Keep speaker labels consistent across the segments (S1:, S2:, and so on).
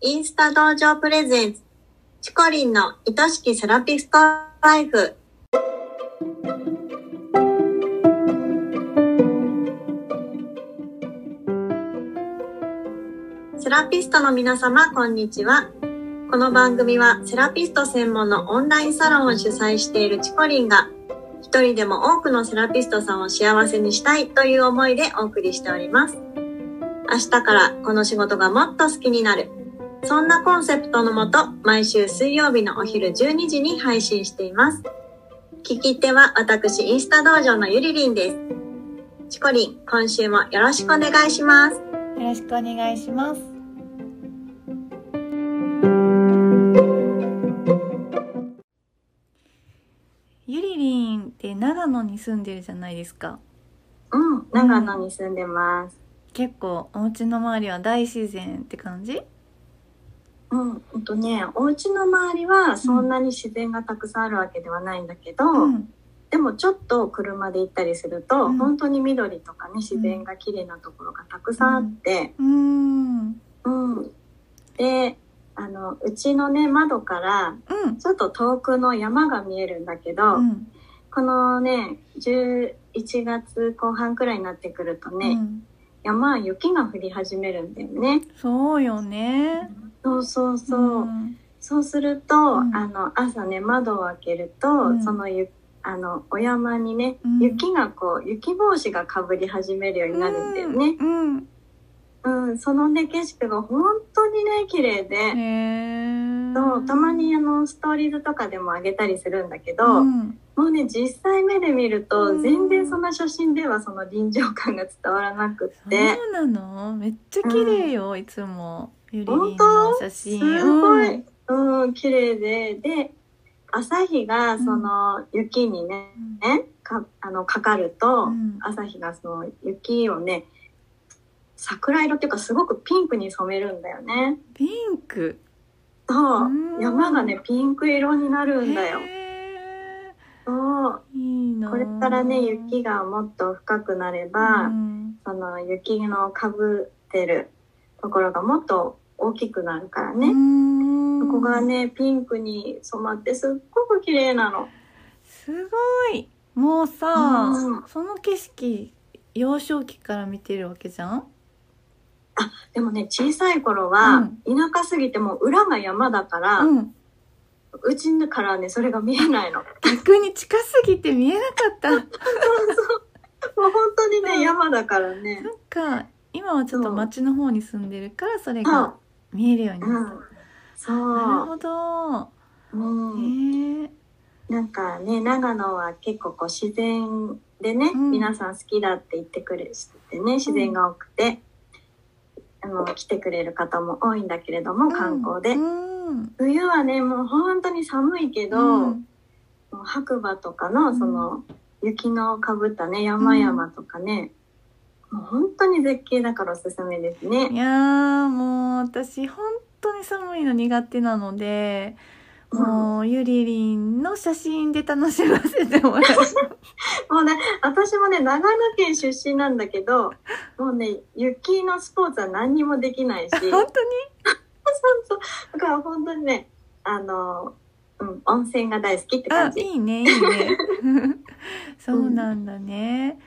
S1: インスタ道場プレゼンツ、チコリンの愛しきセラピストライフ。セラピストの皆様、こんにちは。この番組はセラピスト専門のオンラインサロンを主催しているチコリンが、一人でも多くのセラピストさんを幸せにしたいという思いでお送りしております。明日からこの仕事がもっと好きになる。そんなコンセプトのもと、毎週水曜日のお昼12時に配信しています。聞き手は私、インスタ道場のゆりりんです。チコリン、今週もよろしくお願いします。
S2: よろしくお願いします。ゆりりんって長野に住んでるじゃないですか。
S1: うん、長野に住んでます。
S2: 結構お家の周りは大自然って感じ？
S1: うん、えっとね、お家の周りはそんなに自然がたくさんあるわけではないんだけど、
S2: うん。
S1: でもちょっと車で行ったりすると、
S2: うん
S1: 本当に緑とかね、自然が綺麗なところがたくさんあって、
S2: うーん。
S1: うん。で、あの、うちのね、窓から
S2: うん。
S1: ちょっと遠くの山が見えるんだけど、
S2: うん。
S1: このね、11月後半くらいになってくるとね、
S2: うん。
S1: 山は雪が降り始めるんだよね。
S2: そうよね。
S1: そうそうそう。
S2: ん
S1: そうすると、
S2: うん
S1: あの朝ね窓を開けると、
S2: うん
S1: そのゆあのお山にね、
S2: うん
S1: 雪がこう雪帽子がかぶり始めるようになるんだよね。
S2: うん。
S1: うん、そのね景色が本当にね綺麗
S2: へ
S1: で、
S2: え。
S1: そうたまにあのストーリーズとかでもあげたりするんだけど、
S2: うん。
S1: もうね実際目で見る
S2: う
S1: と
S2: ん
S1: 全然その写真ではその臨場感が伝わらなく
S2: そ
S1: て、
S2: うなの？めっちゃ綺麗よ、いつもゆりりん
S1: 本当
S2: の写真。
S1: すご
S2: うん
S1: い、うん、綺麗でで朝日がその雪にね、ね、かあのかかると、
S2: うん
S1: 朝日がその雪をね桜色っていうかすごくピンクに染めるんだよね。
S2: ピンク
S1: そう
S2: うん
S1: 山がねピンク色になるんだよ。
S2: へ
S1: そう
S2: ーいいな
S1: これからね雪がもっと深くなれば、
S2: うん
S1: その雪のかぶってるところがもっと大きくなるから
S2: う
S1: ね。
S2: ん
S1: そこがねピンクに染まってすっごく綺麗なの。
S2: すごいもうさ
S1: うん
S2: その景色幼少期から見てるわけじゃん
S1: でもね小さい頃は田舎すぎてもう裏が山だから、
S2: うん
S1: うちからねそれが見えないの。
S2: 逆に近すぎて見えな かった
S1: もう本当にね、
S2: うん
S1: 山だからね。
S2: そっか今はちょっと町の方に住んでるからそ
S1: う
S2: れ
S1: ん
S2: が見えるように
S1: う
S2: なっ
S1: ん。
S2: たなる
S1: そう。
S2: ほど
S1: うん。
S2: へえ
S1: なんかね、長野は結構こう自然でね、
S2: うん
S1: 皆さん好きだって言ってくれてね、自然が多くて、あの、来てくれる方も多いんだけれども、観光で。
S2: うん
S1: 冬はね、もう本当に寒いけど、
S2: うん
S1: もう白馬とかの、その、雪のかぶったね、山々とかね、もう本当に絶景だからおすすめですね
S2: い。やーもう私本当に寒いの苦手なので、もうゆりりんの写真で楽しませてもらう
S1: もうね、私もね、長野県出身なんだけど、もうね、雪のスポーツは何にもでき ないし、そう
S2: 本
S1: そう。だから本当にね、あの、うん、温泉が大好きって感
S2: 当
S1: じ。
S2: にあいい ねいいねそうなんだね、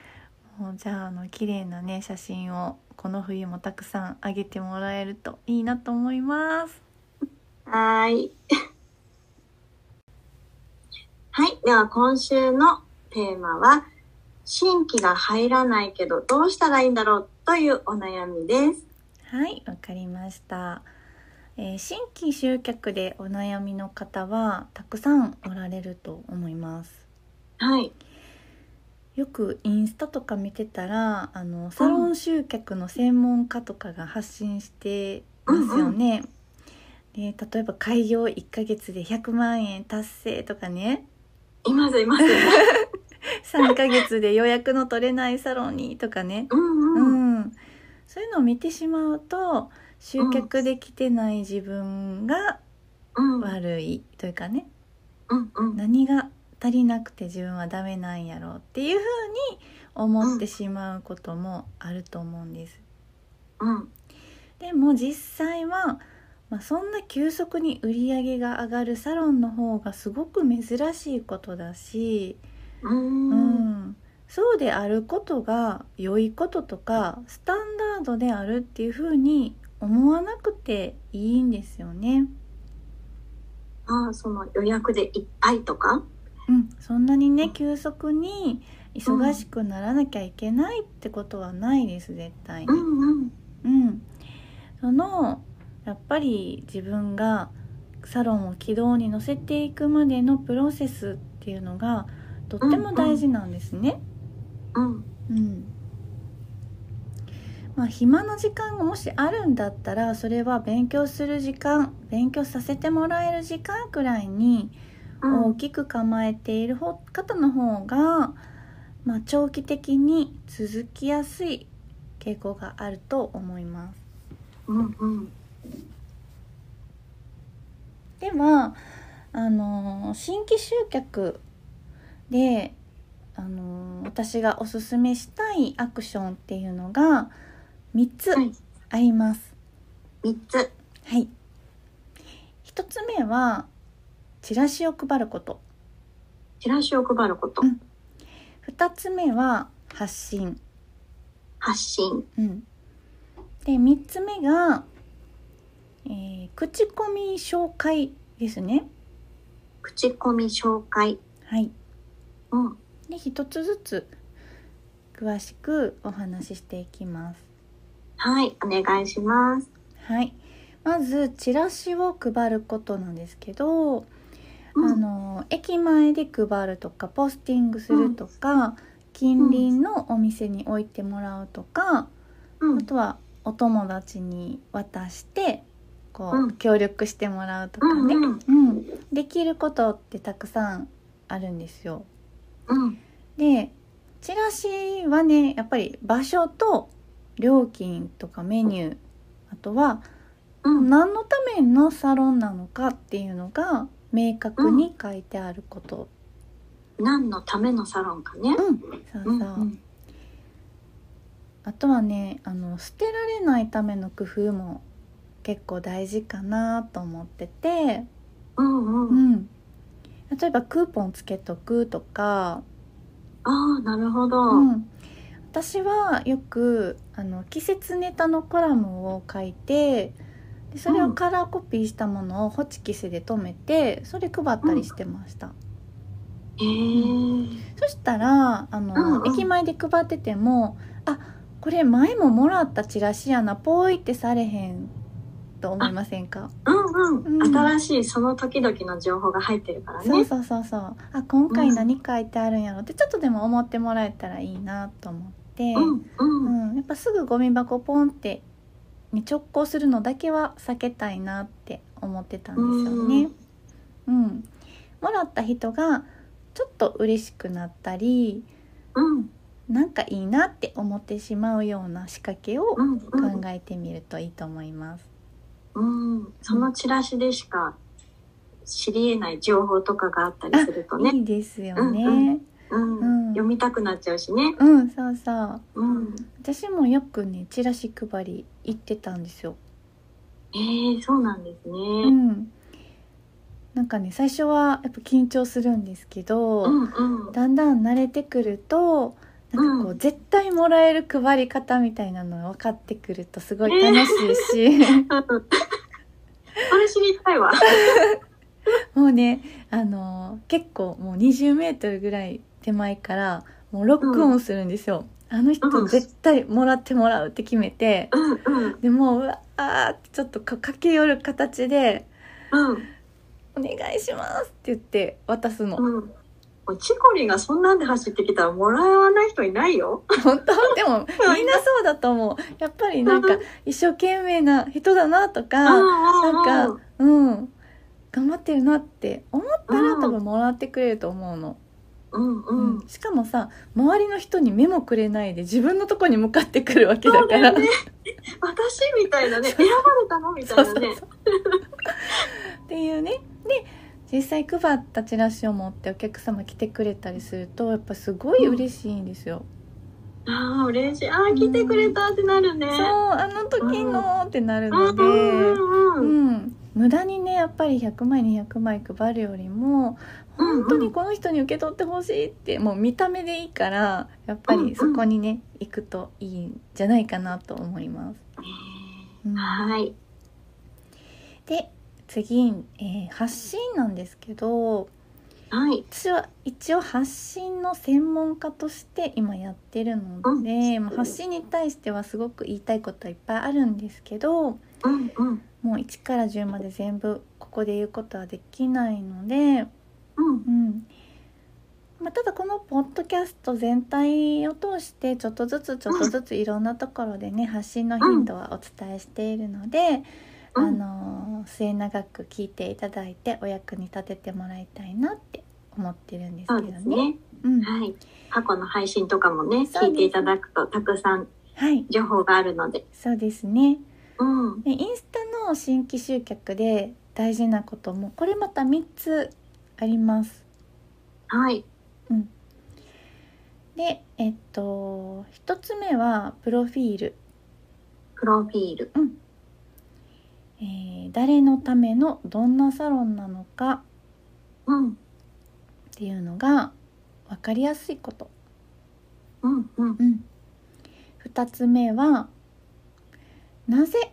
S2: もうじゃああの綺麗なね写真をこの冬もたくさんあげてもらえるといいなと思います
S1: はーい。はい。では今週のテーマは、新規が入らないけどどうしたらいいんだろうというお悩みです。
S2: はいわかりました、えー新規集客でお悩みの方はたくさんおられると思います
S1: はい。
S2: よくインスタとか見てたらあのサロン集客の専門家とかが発信してますよね。で例えば開業1ヶ月で100万円達成とかね
S1: います、い ます。
S2: 3ヶ月で予約の取れないサロンにとかね、
S1: うん
S2: う
S1: うん。
S2: ん、そういうのを見てしまうと集客できてない自分が
S1: うん。うん
S2: 悪いというかね
S1: うん。
S2: 何が足りなくて自分はダメなんやろうっていうふうに思ってしまうこともあると思うんです。
S1: うん。
S2: でも実際はまあ、そんな急速に売り上げが上がるサロンの方がすごく珍しいことだし、
S1: うー。
S2: うんん、そうであることが良いこととかスタンダードであるっていうふうに思わなくていいんですよね。
S1: ああ、その予約でいっぱいとか。
S2: うん、そんなにね急速に忙しくならなきゃいけないってことはないです絶対に。
S1: うん
S2: うん、そのやっぱり自分がサロンを軌道に乗せていくまでのプロセスっていうのがとっても大事なんですね。
S1: うん。うん。
S2: うんまあ、暇な時間がもしあるんだったらそれは勉強する時間勉強させてもらえる時間くらいに
S1: うん
S2: 大きく構えている方方の方が、まあ、長期的に続きやすい傾向があると思います。
S1: うんうん。
S2: ではあの新規集客であの私がおすすめしたいアクションっていうのが3つ
S1: はい
S2: あります。
S1: 三つ。
S2: はい、1つ目はチラシを配ること
S1: チラシを配ること
S2: う。ん2つ目は発信、
S1: 発信。
S2: うん、で3つ目が、えー口コミ紹介ですね。
S1: 口コミ紹介。
S2: はい
S1: うん。
S2: で一つずつ詳しくお話ししていきます。
S1: はい。お願いします。
S2: はい、まずチラシを配ることなんですけど、
S1: うん
S2: あの駅前で配るとかポスティングするとか、近隣のお店に置いてもらうとか、
S1: うん
S2: あとはお友達に渡してこう、
S1: うん
S2: 協力してもらうと
S1: う
S2: かね、
S1: んうん
S2: うん、できることってたくさんあるんですよ。
S1: うん
S2: でチラシはねやっぱり場所と料金とかメニューあとは
S1: うん
S2: 何のためのサロンなのかっていうのが明確に書いてあること。
S1: 何のためのサロンかね。
S2: うん、そうそ
S1: う
S2: う、
S1: ん
S2: あとはねあの捨てられないための工夫も結構大事かなと思ってて、
S1: うん
S2: う
S1: うん。
S2: ん、例えばクーポンつけとくとか
S1: ああ、なるほど。
S2: う
S1: うん
S2: ん、私はよくあの季節ネタのコラムを書いてでそれをカラーコピーしたものをホチキスで留めてそれ配ったりしてました、
S1: へえ。
S2: そしたらあの、
S1: うんうん
S2: 駅前で配っててもあこれ前ももらったチラシやなポイってされへんと思いませんか、
S1: うんうん、
S2: うん
S1: 新しいその時々の情報が入ってるからね。
S2: そうそうそうそうあ今回何書いてあるんやろってちょっとでも思ってもらえたらいいなと思って、
S1: うんうん、
S2: うん、やっぱすぐゴミ箱ポンってに直行するのだけは避けたいなって思ってたんですよね。うん、もらった人がちょっと嬉しくなったり
S1: うん
S2: なんかいいなって思ってしまうような仕掛けを
S1: う
S2: 考
S1: んうん
S2: えてみるといいと思います。
S1: うん、そのチラシでしか知り得ない情報とかがあったりするとね、
S2: いいですよね。
S1: う
S2: うんん、
S1: うん
S2: うん
S1: 読みたくなっちゃうしね。
S2: そうそう。
S1: うん、
S2: 私もよくねチラシ配り行ってたんですよ。
S1: えー、そうなんですね。
S2: う
S1: うん
S2: ん。なんかね最初はやっぱ緊張するんですけど、
S1: うん
S2: だんだん慣れてくるとなんかこう、
S1: うん
S2: 絶対もらえる配り方みたいなの分かってくるとすごい楽しいし、
S1: それ知りたいわ。
S2: もうねあのー結構もう2 0ルぐらい手前からもうロックオンするんですよ。あの
S1: う
S2: 人
S1: ん
S2: 絶対もらってもらうって決めて、
S1: うんうん
S2: でもううわーってちょっとか駆け寄る形で
S1: うん
S2: 「お願いします」って言って渡すの。
S1: うん。もうチコリンがそんなんで走ってきたらもらわない人いないよ。
S2: 本当でもみんなそうだと思う。やっぱりなんか一生懸命な人だなとか、な
S1: なん
S2: か、うん、頑張ってるなって思ったら
S1: うん
S2: 多分もらってくれると思うの、
S1: うんうん。
S2: しかもさ周りの人に目もくれないで自分のとこに向かってくるわけだから
S1: そうだよね私みたいなね選ばれたのみたい
S2: そ
S1: な
S2: うそう
S1: ね
S2: そうっていうねで実際配ったチラシを持ってお客様来てくれたりするとやっぱすごい嬉しいんですよ、
S1: ああ嬉しいああ来てくれたってなるね
S2: そうあの時のってなる
S1: う
S2: の
S1: ん
S2: で、
S1: うんうん
S2: うん、無駄にねやっぱり100枚200枚配るよりも
S1: うんうん
S2: 本当にこの人に受け取ってほしいってもう見た目でいいからやっぱりそこにね行くといいんじゃないかなと思います。うん
S1: はい。
S2: で次、えー発信なんですけど
S1: はい。
S2: 私は一応発信の専門家として今やってるので、まあ発信に対してはすごく言いたいことはいっぱいあるんですけど
S1: うんうん。
S2: もう1から10まで全部ここで言うことはできないので、
S1: うん
S2: うんまあ、ただこのポッドキャスト全体を通してちょっとずつちょっとずついろんなところでね発信の頻度はお伝えしているので、
S1: う
S2: あ
S1: ん。
S2: のー末永く聞いていただいてお役に立ててもらいたいなって思ってるんです
S1: そう
S2: けど
S1: です
S2: ね。
S1: ね。
S2: うん
S1: はい。過去の配信とかもね、
S2: そうです
S1: 聞いていただくとたくさん
S2: はい、
S1: 情報があるので。
S2: そうですね。
S1: うん。
S2: でインスタの新規集客で大事なこともこれまた3つあります。
S1: はい。
S2: で、えっと1つ目はプロフィール、
S1: プロフィール。
S2: えー誰のためのどんなサロンなのか
S1: うん。
S2: っていうのが分かりやすいこと。
S1: うんうん。
S2: うん、2つ目はなぜ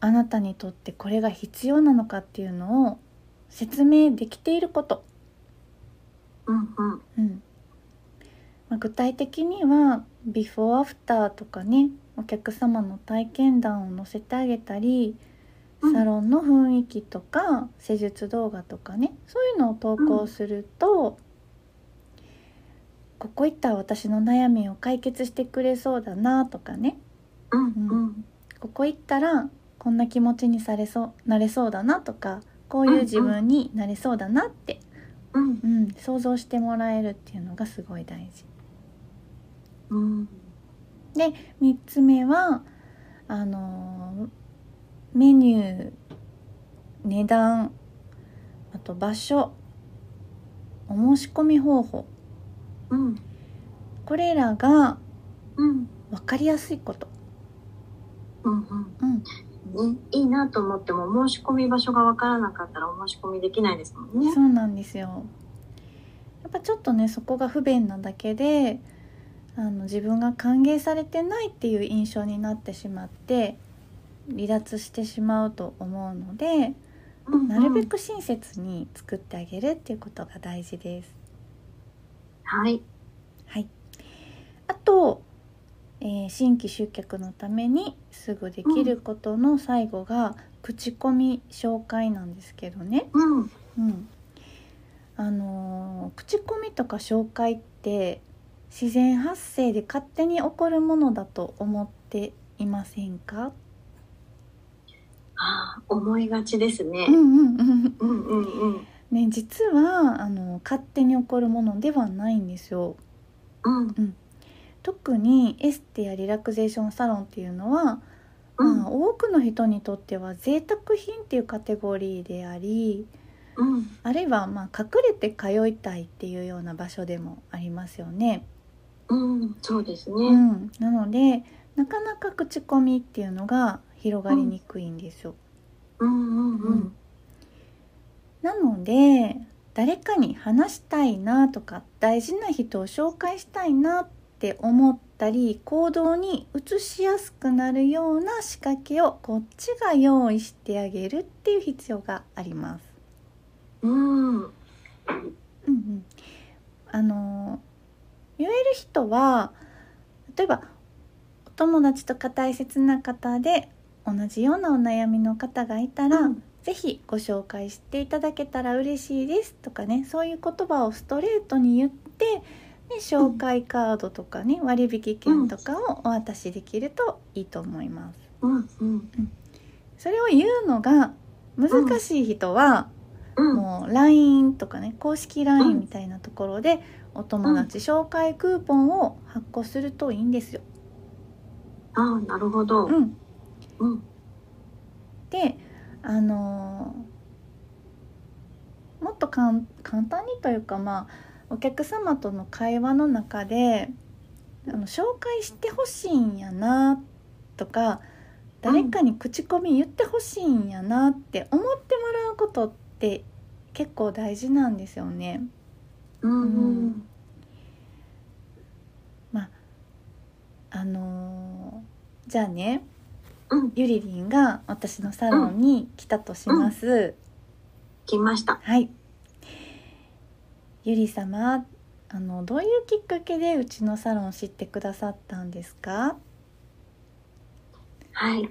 S2: あなたにとってこれが必要なのかっていうのを説明できていること、
S1: うんうん。
S2: うんまあ具体的にはビフォーアフターとかねお客様の体験談を載せてあげたり
S1: うん
S2: サロンの雰囲気とか施術動画とかねそういうのを投稿すると、ここいったら私の悩みを解決してくれそうだなとかね
S1: うんうん。
S2: ここ行ったらこんな気持ちにされそうなれそうだなとかこういう自分になれそうだなって、
S1: うん
S2: うん想像してもらえるっていうのがすごい大事
S1: うん。
S2: 3つ目はあのーメニュー値段あと場所お申し込み方法
S1: うん
S2: これらが
S1: うん。
S2: 分かりやすいこと、
S1: うんうん。
S2: うん、
S1: ね、いいなと思っても申し込み場所がわからなかったらお申し込みできないですもんね
S2: そ。うなんですよやっぱちょっとねそこが不便なだけであの自分が歓迎されてないっていう印象になってしまって離脱してしまうと思うので
S1: うんうん
S2: なるべく親切に作ってあげるっていうことが大事です。
S1: はい。
S2: はい、あと、えー新規集客のためにすぐできることの最後が口コミ紹介なんですけどね。
S1: うん。
S2: うん、あのー口コミとか紹介って自然発生で勝手に起こるものだと思っていませんか？
S1: ああ、思いがちですね
S2: うん。うんうん。
S1: うんうんうん。
S2: ね実はあの勝手に起こるものではないんですよ。
S1: うん
S2: 特にエステやリラクゼーションサロンっていうのは、
S1: うん
S2: まあ、多くの人にとっては贅沢品っていうカテゴリーであり
S1: うん
S2: あるいはまあ隠れて通いたいっていうような場所でもありますよね。
S1: うん。そうです
S2: う
S1: ね。
S2: ん、なのでなかなか口コミっていうのが広がりにくいんですよ。
S1: うんうんうん。
S2: なので誰かに話したいなとか大事な人を紹介したいなって思ったり行動に移しやすくなるような仕掛けをこっちが用意してあげるっていう必要があります。
S1: うん。
S2: うんうん、あの言える人は例えばお友達とか大切な方で同じようなお悩みの方がいたら、
S1: うん
S2: ぜひご紹介していただけたら嬉しいですとかねそういう言葉をストレートに言って、ね、紹介カードとかね割引券とかをお渡しできるといいと思います。
S1: うんうん
S2: それを言うのが難しい人は、
S1: うん。
S2: もう LINE とかね公式 LINE みたいなところでお友達紹介クーポンを発行するといいんですよ。
S1: ああ、なるほど
S2: う。ん、
S1: うん
S2: であのーもっとかん簡単にというかまあお客様との会話の中であの紹介してほしいんやなとか誰かに口コミ言ってほしいんやなって思ってもらうことって結構大事なんですよね。
S1: うんうん
S2: まああのーじゃあね
S1: うん
S2: ゆりりんが私のサロンに来たとします。
S1: 来ました
S2: はい。ゆり様、あのどういうきっかけでうちのサロンを知ってくださったんですか？
S1: はい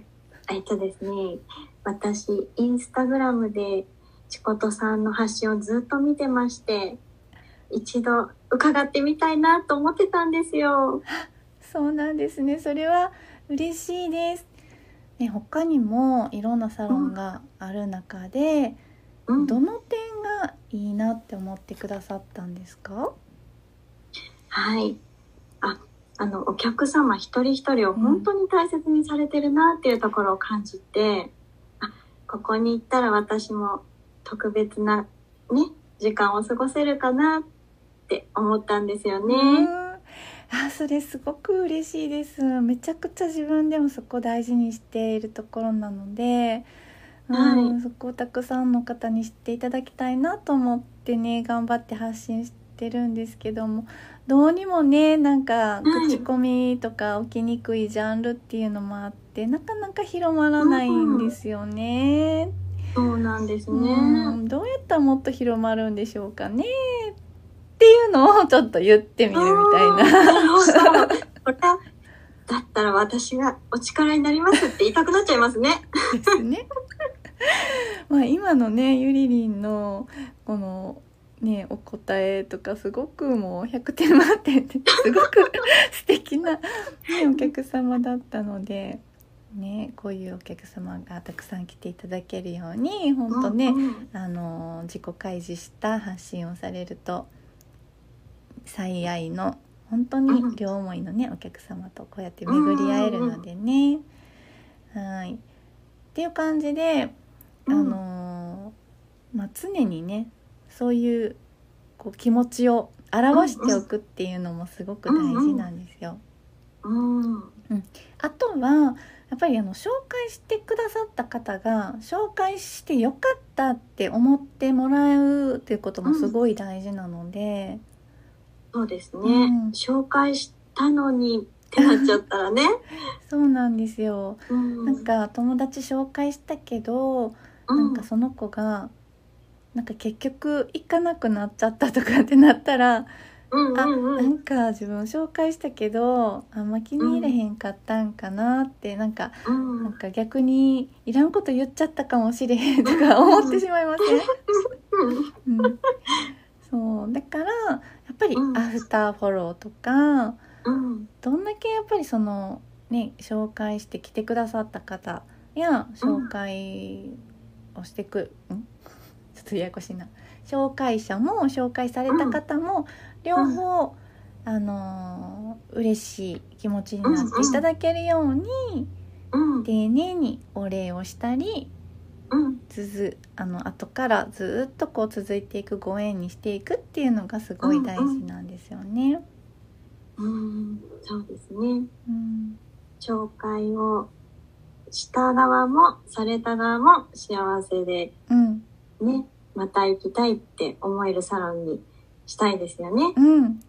S1: えっとですね私インスタグラムでチコトさんの発信をずっと見てまして一度伺ってみたいなと思ってたんですよ
S2: そうなんですね。それは嬉しいです。ね、他にもいろんなサロンがある中で、
S1: うん
S2: どの点がいいなって思ってくださったんですか？
S1: はい。あ、あの、お客様一人一人を本当に大切にされてるなっていうところを感じて、あ、ここに行ったら私も特別なね、時間を過ごせるかなって思ったんですよ
S2: うん
S1: ね。
S2: あ、それすごく嬉しいです。めちゃくちゃ自分でもそこ大事にしているところなので、うん、そこをたくさんの方に知っていただきたいなと思ってね、頑張って発信してるんですけども、どうにもね、なんか
S1: はい
S2: 口コミとか起きにくいジャンルっていうのもあって、なかなか広まらないんですよね。
S1: そうなんですね。
S2: うん、どうやったらもっと広まるんでしょうかねっていうのをちょっと言ってみるみたいな。
S1: な。るほど。これはだったら私がお力になりますって言いたくなっちゃいますね。
S2: ですね。まあ今のねゆりりんのこのねお答えとかすごくもう100点満点ですごく素敵な、ね、お客様だったので。ね、こういうお客様がたくさん来ていただけるように本当ね、
S1: うんうん
S2: あの自己開示した発信をされると最愛の本当
S1: うん
S2: に両思いのねお客様とこうやって巡り合えるのでね。はいっていう感じで、
S1: うん
S2: あのーまあ、常にねそういうこう気持ちを表しておくっていうのもすごく大事なんですよ。
S1: うん。
S2: あとはやっぱりあの紹介してくださった方が紹介してよかったって思ってもらうっていうこともすごい大事なので、
S1: そうですね。
S2: うん
S1: 紹介したのにってなっちゃったらね。
S2: そうなんですよ。
S1: うん
S2: なんか友達紹介したけど、なんかその子がなんか結局行かなくなっちゃったとかってなったら、
S1: うん
S2: あ
S1: うんう
S2: なんんか自分紹介したけどあんま気に入れへんかったんかなってなんか
S1: うん
S2: なんか逆にいらんこと言っちゃったかもしれへんとか思ってしまいません、うん、そうだからやっぱり
S1: うん
S2: アフターフォローとか
S1: うん
S2: どんだけやっぱりそのね紹介して来てくださった方や紹介をしてく、ん、 ちょっとややこしいな紹介者も紹介された方も両方、あのー嬉しい気持ちになっていただけるように、
S1: うん
S2: 丁寧にお礼をしたり
S1: うん
S2: つづあの後からずっとこう続いていくご縁にしていくっていうのがすごい大事なんですよね。
S1: うんそうですね
S2: うん
S1: 紹介をした側もされた側も幸せで
S2: うん、
S1: ねまた行きたいって思えるサロンにしたいですよね。
S2: うん、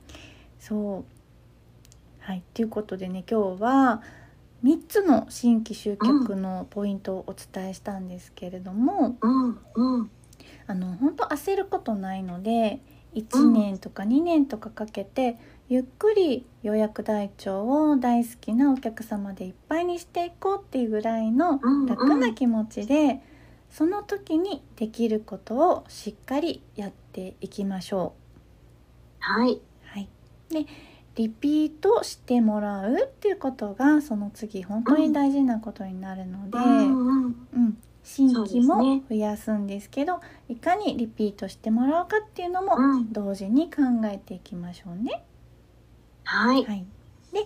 S2: そう。はい、ということでね今日は3つの新規集客のポイントをお伝えしたんですけれども、
S1: うんうん
S2: あの本当焦ることないので
S1: う
S2: 1
S1: ん
S2: 年とか2年とかかけて、ゆっくり予約台帳を大好きなお客様でいっぱいにしていこうっていうぐらいの
S1: うん
S2: 楽な気持ちで、その時にできることをしっかりやっていきましょ
S1: はい。
S2: う。はい、でリピートしてもらうっていうことがその次本当に大事なことになるので。
S1: うんうん
S2: うん、新
S1: そう
S2: 規
S1: ですね
S2: も増やすんですけどいかにリピートしてもらうかっていうのも
S1: うん
S2: 同時に考えていきましょうね。
S1: はい。
S2: はい、で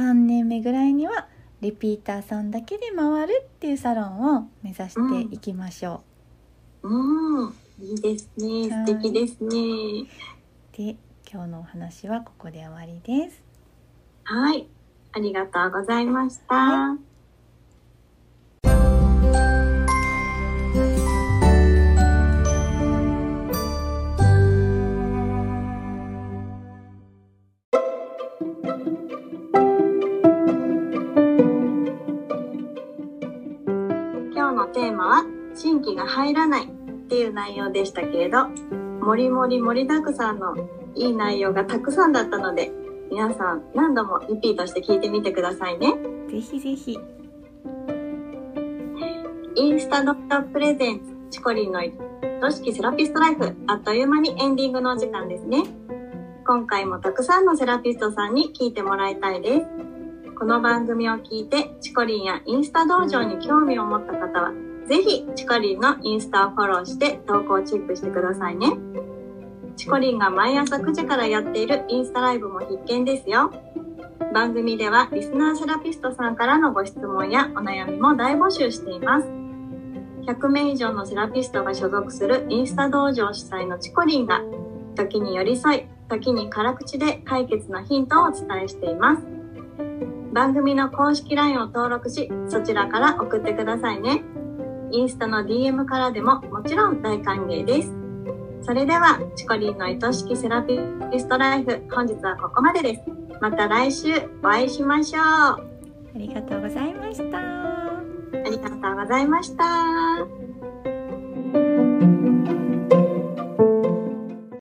S2: 3年目ぐらいにはリピーターさんだけで回るっていうサロンを目指していきましょ
S1: うんいいですね
S2: は
S1: 素
S2: い
S1: 敵ですね。
S2: う。で今日のお話はここで終わりです。
S1: はい。ありがとうございました。
S2: は
S1: 新規が入らないっていう内容でしたけれど、もりもり盛りだくさんのいい内容がたくさんだったので、皆さん何度もリピートして聞いてみてくださいね。
S2: ぜひぜひ。
S1: インスタドクタープレゼンツチコリンの図式セラピストライフあっという間にエンディングのお時間ですね今回もたくさんのセラピストさんに聞いてもらいたいですこの番組を聞いてチコリンやインスタ道場に興味を持った方はぜひチコリンのインスタをフォローして投稿をチェックしてくださいねチコリンが毎朝9時からやっているインスタライブも必見ですよ番組ではリスナーセラピストさんからのご質問やお悩みも大募集しています100名以上のセラピストが所属するインスタ道場主催のチコリンが時に寄り添い時に辛口で解決のヒントをお伝えしています番組の公式 LINE を登録しそちらから送ってくださいねインスタの DM からでももちろん大歓迎ですそれではチコリンの愛しきセラピストライフ本日はここまでですまた来週お会いしましょうあ
S2: ありがとうございました。
S1: りがとうございました